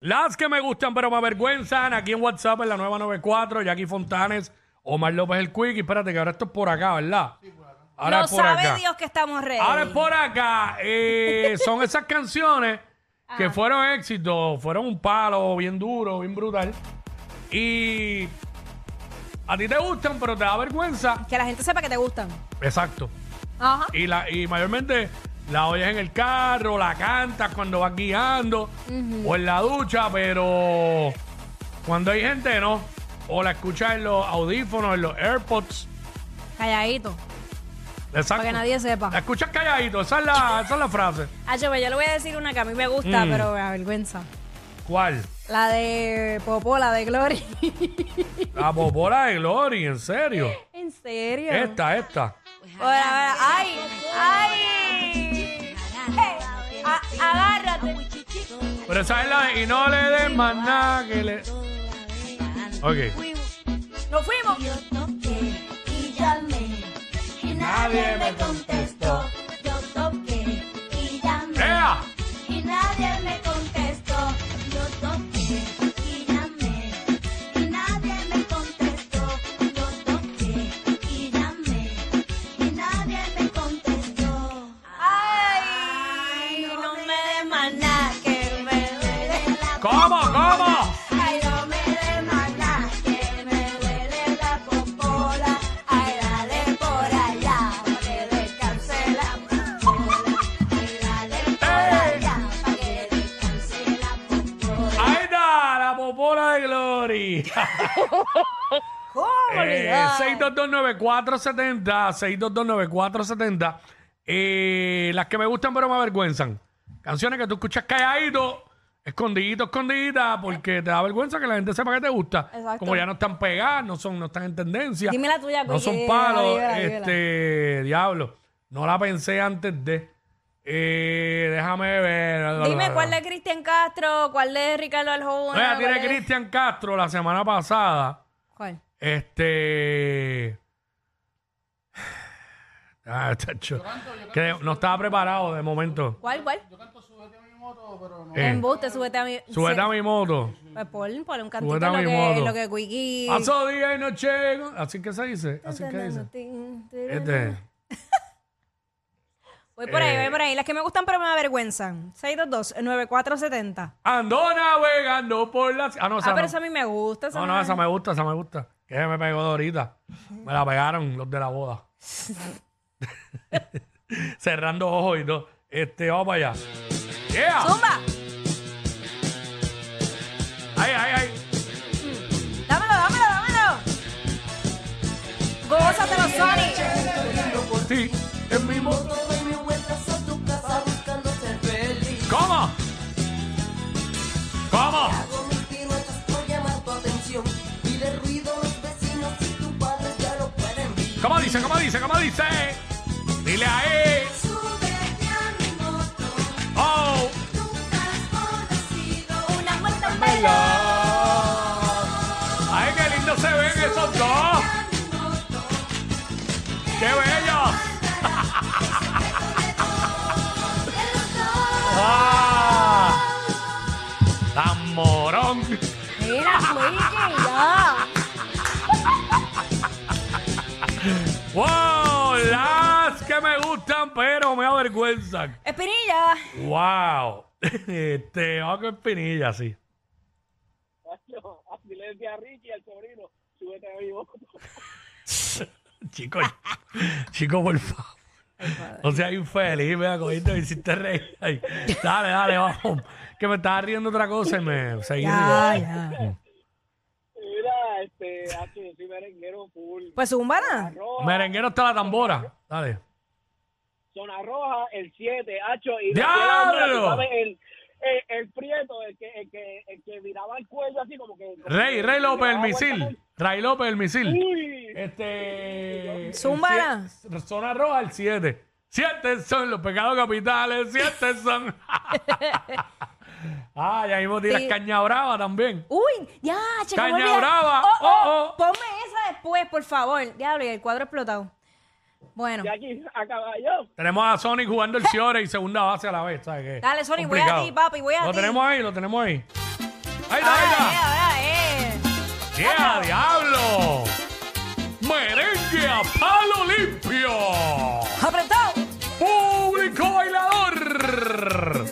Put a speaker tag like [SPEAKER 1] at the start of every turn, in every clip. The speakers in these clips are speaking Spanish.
[SPEAKER 1] Las que me gustan pero me avergüenzan, aquí en WhatsApp en la nueva 94, Jackie Fontanes, Omar López el Quick. Y espérate que ahora esto es por acá, ¿verdad? Ahora
[SPEAKER 2] no
[SPEAKER 1] es por
[SPEAKER 2] sabe
[SPEAKER 1] acá.
[SPEAKER 2] Dios que estamos ready.
[SPEAKER 1] Ahora es por acá. eh, son esas canciones que fueron éxitos, fueron un palo bien duro, bien brutal. Y a ti te gustan, pero te da vergüenza.
[SPEAKER 2] Que la gente sepa que te gustan.
[SPEAKER 1] Exacto.
[SPEAKER 2] Ajá.
[SPEAKER 1] Y, la, y mayormente la oyes en el carro, la cantas cuando vas guiando o en la ducha, pero cuando hay gente no. O la escuchas en los audífonos, en los AirPods.
[SPEAKER 2] Calladito.
[SPEAKER 1] Exacto.
[SPEAKER 2] Para que nadie sepa.
[SPEAKER 1] La escuchas calladito, esa es la, esa es la frase.
[SPEAKER 2] Ah, yo, yo le voy a decir una que a mí me gusta,
[SPEAKER 1] Mm.
[SPEAKER 2] pero me avergüenza.
[SPEAKER 1] ¿Cuál?
[SPEAKER 2] La de Popó, la de Glory.
[SPEAKER 1] La popola de Glory, en serio.
[SPEAKER 2] ¿En serio? Pues,
[SPEAKER 1] Esta, esta.
[SPEAKER 2] Ahora, ahora. ¡Ay! ¡Ay! Eh, a- agárrate.
[SPEAKER 1] Pero esa es la de, y no le des más nada que le. Ok.
[SPEAKER 2] ¡Nos fuimos!
[SPEAKER 3] Yo toqué y llamé y nadie me contestó. Yo toqué y llamé
[SPEAKER 1] ¡Ea!
[SPEAKER 3] y nadie me contestó. Yo toqué y llamé y nadie me contestó. Yo toqué y llamé y nadie me contestó.
[SPEAKER 2] ¡Ay! No me des más nada que me duele.
[SPEAKER 1] ¿Cómo? ¿Cómo?
[SPEAKER 3] Ay, no me des más nada, que me duele la popola. Ay, dale por allá, pa' que descanse la popola. Ay, dale por
[SPEAKER 1] ¡Ey!
[SPEAKER 3] allá, pa' que descanse la popola.
[SPEAKER 1] Ahí está, la popola de Glory.
[SPEAKER 2] ¿Cómo
[SPEAKER 1] Eh,
[SPEAKER 2] olvidar?
[SPEAKER 1] 6229470, 6229470. Eh, las que me gustan pero me avergüenzan. Canciones que tú escuchas calladito, escondidito, escondidita, porque te da vergüenza que la gente sepa que te gusta.
[SPEAKER 2] Exacto.
[SPEAKER 1] Como ya no están pegadas, no son, no están en tendencia.
[SPEAKER 2] Dime la tuya,
[SPEAKER 1] No
[SPEAKER 2] Quickie,
[SPEAKER 1] son
[SPEAKER 2] dímela,
[SPEAKER 1] palos.
[SPEAKER 2] dímela, dímela.
[SPEAKER 1] Este, diablo. No la pensé antes de. Eh, déjame ver.
[SPEAKER 2] Dime cuál de Cristian Castro, cuál de Ricardo Arjona.
[SPEAKER 1] Oye,
[SPEAKER 2] cuál
[SPEAKER 1] tiene
[SPEAKER 2] de-
[SPEAKER 1] Cristian Castro la semana pasada.
[SPEAKER 2] ¿Cuál?
[SPEAKER 1] Este. Ah, chacho. Que no estaba preparado de momento.
[SPEAKER 2] ¿Cuál, cuál?
[SPEAKER 1] Eh,
[SPEAKER 2] Embuste, súbete a mi...
[SPEAKER 1] súbete a mi moto.
[SPEAKER 2] Pues ponle, ponle un
[SPEAKER 1] Súbete
[SPEAKER 2] cantito
[SPEAKER 1] a
[SPEAKER 2] en lo
[SPEAKER 1] mi
[SPEAKER 2] que,
[SPEAKER 1] modo. Ah,
[SPEAKER 2] en lo que Quickie...
[SPEAKER 1] Pasó día y noche. Así que se dice. Así que dice. Este.
[SPEAKER 2] Voy por ahí,
[SPEAKER 1] Eh.
[SPEAKER 2] voy por ahí. Las que me gustan pero me avergüenzan. 622-9470.
[SPEAKER 1] Ando navegando por las. Ah, no, esa
[SPEAKER 2] Ah, pero
[SPEAKER 1] no.
[SPEAKER 2] esa a mí me gusta. esa
[SPEAKER 1] No, no,
[SPEAKER 2] no-
[SPEAKER 1] esa me gusta, esa me gusta. Que me pegó de ahorita. Me la pegaron los de la boda. Cerrando ojos y todo. Este, vamos para allá. ¡Yeah!
[SPEAKER 2] ¡Zumba!
[SPEAKER 1] ¡Ay, ay, ay!
[SPEAKER 2] ¡Dámelo, dámelo, dámelo! ¡Gózatelo, Sony!
[SPEAKER 1] por ti en mi moto. ¿Cómo? ¿Cómo?
[SPEAKER 4] Hago mis piruetas por llamar tu atención. Pide ruido a los vecinos y tus padres ya lo pueden ver.
[SPEAKER 1] ¿Cómo dice? ¿Cómo dice? ¿Cómo dice? Dile a él.
[SPEAKER 3] Súbete a mi moto,
[SPEAKER 1] Oh,
[SPEAKER 3] nunca has conocido una moto tan
[SPEAKER 1] velo.
[SPEAKER 3] bella.
[SPEAKER 1] Ay, qué lindo se ven esos dos.
[SPEAKER 3] A mi moto,
[SPEAKER 1] Qué bellos.
[SPEAKER 3] de los dos.
[SPEAKER 1] Ah, tan morón.
[SPEAKER 2] ¡Mira, Quickie, ya!
[SPEAKER 1] Wow, las que me gustan pero me avergüenzan.
[SPEAKER 2] ¡Espinilla!
[SPEAKER 1] Wow. Este, vamos con espinilla, sí.
[SPEAKER 5] Así le decía a Ricky, al sobrino, súbete a mi moto.
[SPEAKER 1] Chico, chico, por favor. O sea, infeliz, me acogiste, me hiciste reír. Ay, dale, dale, vamos. Que me estaba riendo otra cosa y me seguí
[SPEAKER 2] Ya,
[SPEAKER 1] riendo.
[SPEAKER 2] ya.
[SPEAKER 5] Mira, este, hacho, yo soy merenguero full.
[SPEAKER 2] Pues zumbana.
[SPEAKER 5] Roja,
[SPEAKER 1] Merenguero está la tambora. Dale.
[SPEAKER 5] zona roja, el 7, hacho. Y
[SPEAKER 1] ¡Diablo!
[SPEAKER 5] tú sabes, El, el, el prieto, el que, el, que, el que miraba el cuello así como que... como
[SPEAKER 1] Rey,
[SPEAKER 5] que
[SPEAKER 1] Rey López, el
[SPEAKER 5] miraba vuelta
[SPEAKER 1] misil. Rey López, el
[SPEAKER 5] por-
[SPEAKER 1] misil.
[SPEAKER 5] Uy,
[SPEAKER 1] Este.
[SPEAKER 2] Zúmbala.
[SPEAKER 1] el siete- Zona roja, el 7. Siete son los pecados capitales, siete son. ah, ya mismo tiras
[SPEAKER 2] Sí.
[SPEAKER 1] caña brava también.
[SPEAKER 2] Uy, ya, che, ¿cómo
[SPEAKER 1] Caña
[SPEAKER 2] olvidar?
[SPEAKER 1] brava.
[SPEAKER 2] Oh, oh,
[SPEAKER 1] Oh, oh.
[SPEAKER 2] Ponme esa después, por favor. Diablo, y el cuadro explotado. Bueno,
[SPEAKER 5] de aquí a caballo.
[SPEAKER 1] Tenemos a Sonic jugando el Fiore y segunda base a la vez, ¿sabes qué?
[SPEAKER 2] Dale, Sonic, voy a ti, Ah, papi, voy a
[SPEAKER 1] Lo
[SPEAKER 2] ti.
[SPEAKER 1] tenemos ahí, lo tenemos ahí. Ahí está, ahí
[SPEAKER 2] Ahora
[SPEAKER 1] está.
[SPEAKER 2] es, ahora eh. es.
[SPEAKER 1] ¡Yeah,
[SPEAKER 2] ah.
[SPEAKER 1] diablo! ¡Merengue a palo limpio!
[SPEAKER 2] ¡Apretado!
[SPEAKER 1] ¡Público bailador!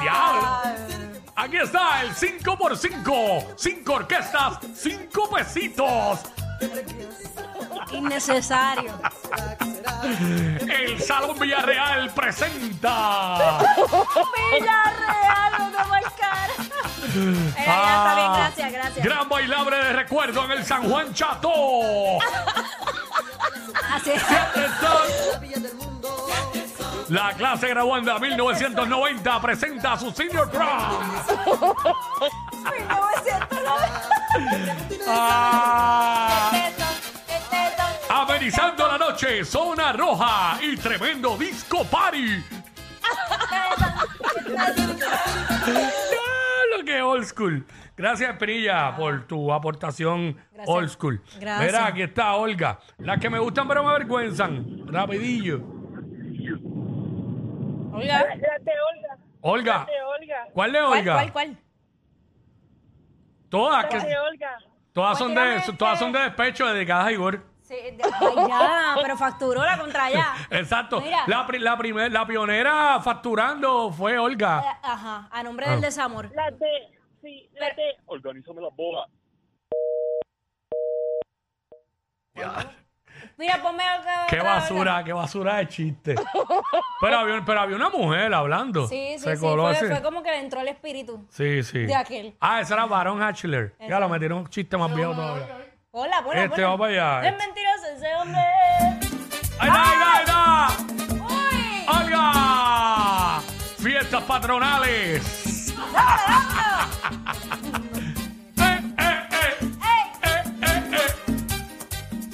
[SPEAKER 1] ¡Diablo! Aquí está el 5x5. 5 orquestas, 5 pesitos.
[SPEAKER 2] Innecesario.
[SPEAKER 1] El Salón Villarreal presenta.
[SPEAKER 2] Villarreal, no te voy a cara. Eh, ya está
[SPEAKER 1] Ah.
[SPEAKER 2] bien, gracias, gracias.
[SPEAKER 1] Gran bailable de recuerdo en el San Juan Chato.
[SPEAKER 2] Así es.
[SPEAKER 1] La clase graduanda 1990 presenta a su senior prom.
[SPEAKER 2] 1990.
[SPEAKER 1] Ah.
[SPEAKER 2] Teto, eh, teto.
[SPEAKER 1] Amenizando la noche, zona roja y tremendo disco party. Ah, Lo que old school. Gracias, Prilla, por tu aportación
[SPEAKER 2] Gracias.
[SPEAKER 1] old school.
[SPEAKER 2] Gracias.
[SPEAKER 1] Mira, aquí está Olga. Las que me gustan pero me avergüenzan. Rapidillo.
[SPEAKER 2] Oiga,
[SPEAKER 5] La de Olga.
[SPEAKER 1] Olga.
[SPEAKER 5] De Olga.
[SPEAKER 1] ¿Cuál de
[SPEAKER 2] ¿cuál,
[SPEAKER 1] Olga?
[SPEAKER 2] cuál, cuál?
[SPEAKER 1] Todas, que-
[SPEAKER 5] La de Olga.
[SPEAKER 1] todas, son de,
[SPEAKER 2] Prácticamente-
[SPEAKER 1] todas son de
[SPEAKER 2] este.
[SPEAKER 1] despecho dedicadas a Igor.
[SPEAKER 2] Sí, de- ay, ya, pero facturó la contra allá.
[SPEAKER 1] Exacto.
[SPEAKER 2] Mira.
[SPEAKER 1] La, pri- la, primer- la pionera facturando fue Olga.
[SPEAKER 2] Ajá, a nombre
[SPEAKER 1] Ah.
[SPEAKER 2] del desamor.
[SPEAKER 5] La de. Sí, la
[SPEAKER 2] Pero-
[SPEAKER 5] de.
[SPEAKER 6] Organízame las bodas.
[SPEAKER 2] Mira, ponme otra-
[SPEAKER 1] Qué
[SPEAKER 2] otra-
[SPEAKER 1] basura, qué basura de chiste. pero, había, pero había una mujer hablando.
[SPEAKER 2] Sí, sí,
[SPEAKER 1] Se
[SPEAKER 2] sí.
[SPEAKER 1] coló
[SPEAKER 2] Fue,
[SPEAKER 1] así.
[SPEAKER 2] fue como que le entró el espíritu.
[SPEAKER 1] Sí, sí.
[SPEAKER 2] de aquel.
[SPEAKER 1] Ah, ese era Barón Hatchler. Ya lo metieron un chiste más viejo todavía.
[SPEAKER 2] Hola, pues. bueno,
[SPEAKER 1] Este
[SPEAKER 2] bueno.
[SPEAKER 1] va para allá.
[SPEAKER 2] Es mentiroso ese hombre.
[SPEAKER 1] ¡Ahí está, ahí está, ahí
[SPEAKER 2] ¡Uy!
[SPEAKER 1] está! ¡Olga! ¡Fiestas patronales! Eh, eh, eh. Eh, eh, eh.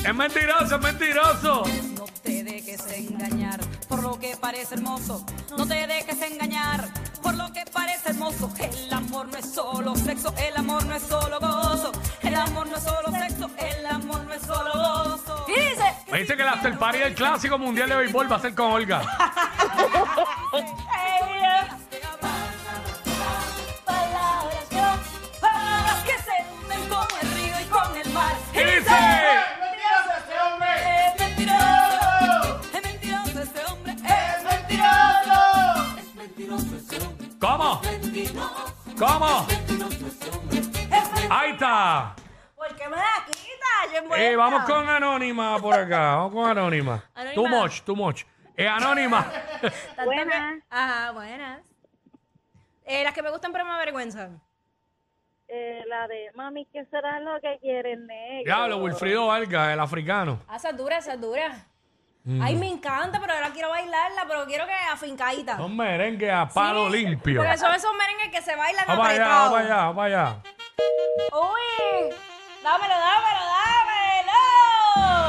[SPEAKER 1] Es mentiroso, es mentiroso.
[SPEAKER 7] No te dejes engañar por lo que parece hermoso. No te dejes engañar por lo que parece hermoso. El amor no es solo sexo, el amor no es solo gozo. El amor no es solo sexo, el amor no es solo gozo.
[SPEAKER 2] Y dice,
[SPEAKER 1] Me dice que el after party del clásico mundial de béisbol va a ser con Olga.
[SPEAKER 2] palabras que
[SPEAKER 7] Palabras que se hunden con el río y con el mar.
[SPEAKER 1] ¡Y dice!
[SPEAKER 7] Es mentiroso, es mentiroso este hombre. Es
[SPEAKER 1] ¿Cómo? ¿Cómo? Ahí está.
[SPEAKER 2] ¿Por Pues, qué me la quitas? Yo envuelta.
[SPEAKER 1] Eh, vamos con Anónima por acá. Vamos con Anónima.
[SPEAKER 2] Anónima.
[SPEAKER 1] Too much, too much. Eh, Anónima.
[SPEAKER 2] Tanto que- Ajá, buenas. Eh, las que me gustan pero me avergüenzan.
[SPEAKER 8] Eh, la de mami, ¿qué será lo que quieres, negro?
[SPEAKER 1] Diablo, Wilfrido Valga, el africano.
[SPEAKER 2] Ah, esas duras, esas duras.
[SPEAKER 1] Mm.
[SPEAKER 2] Ay, me encanta, pero ahora quiero bailarla, pero quiero que afincadita.
[SPEAKER 1] Son merengue a palo limpio.
[SPEAKER 2] Porque son esos merengues que se bailan
[SPEAKER 1] Vamos allá,
[SPEAKER 2] apretados.
[SPEAKER 1] vamos allá, vamos allá.
[SPEAKER 2] Uy, dámelo, dámelo, dámelo.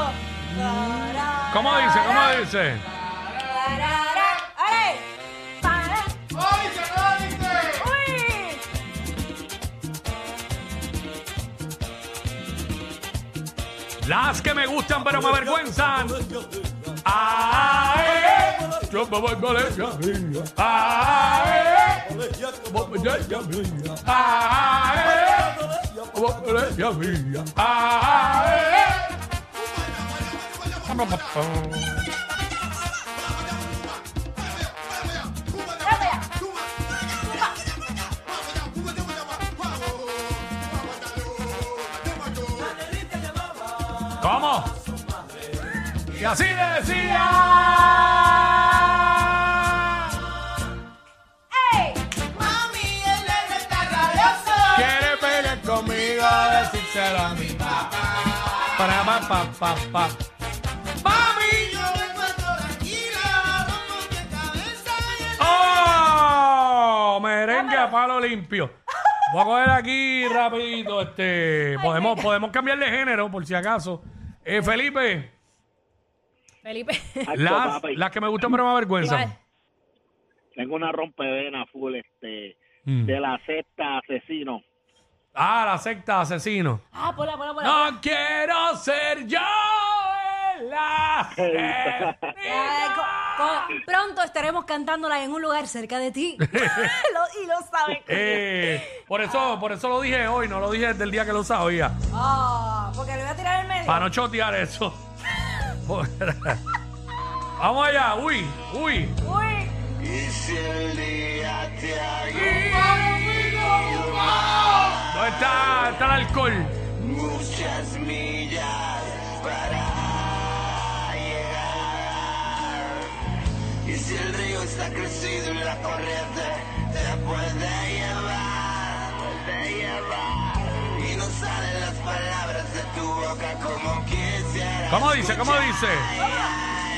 [SPEAKER 2] Tarara,
[SPEAKER 1] ¿Cómo dice? ¿Cómo dice?
[SPEAKER 2] tarara. ¡Ale! Para. ¡Uy!
[SPEAKER 1] Las que me gustan pero me avergüenzan. Ay, yo me voy con ella. Ay, voy con ella mía. Ay, voy con ella mía. Ah, Ay. Ah, eh. ¿Cómo? Y así decía.
[SPEAKER 4] Mami, el nene está rabioso.
[SPEAKER 1] Quiere pelear conmigo, decírselo a mi papá. Para pa pa pa pa.
[SPEAKER 4] Mami, yo me encuentro tranquila. Vamos de cabeza y el
[SPEAKER 1] ¡Oh! Merengue a palo limpio. Voy a coger aquí rapidito, este. Podemos, podemos cambiar de género, por si acaso. Eh, Felipe,
[SPEAKER 2] Felipe.
[SPEAKER 1] las, las que me gustan pero me avergüenzan.
[SPEAKER 2] ¿Cuál?
[SPEAKER 9] Tengo una rompevena full este
[SPEAKER 1] Mm.
[SPEAKER 9] de la secta asesino.
[SPEAKER 1] Ah, la secta asesino.
[SPEAKER 2] Ah, ponla, ponla, ponla.
[SPEAKER 1] No quiero ser yo el asesino.
[SPEAKER 2] Ay, co- Co- Pronto estaremos cantándola en un lugar cerca de ti. Lo- y lo sabes.
[SPEAKER 1] Eh, por eso, por eso lo dije hoy, no lo dije desde el día que lo sabía.
[SPEAKER 7] Ah, porque le voy a tirar el medio.
[SPEAKER 1] Para no chotear eso. Vamos allá, uy, uy.
[SPEAKER 7] Uy,
[SPEAKER 1] ¿Dónde está, está el alcohol? ¿Cómo dice? ¿Cómo dice?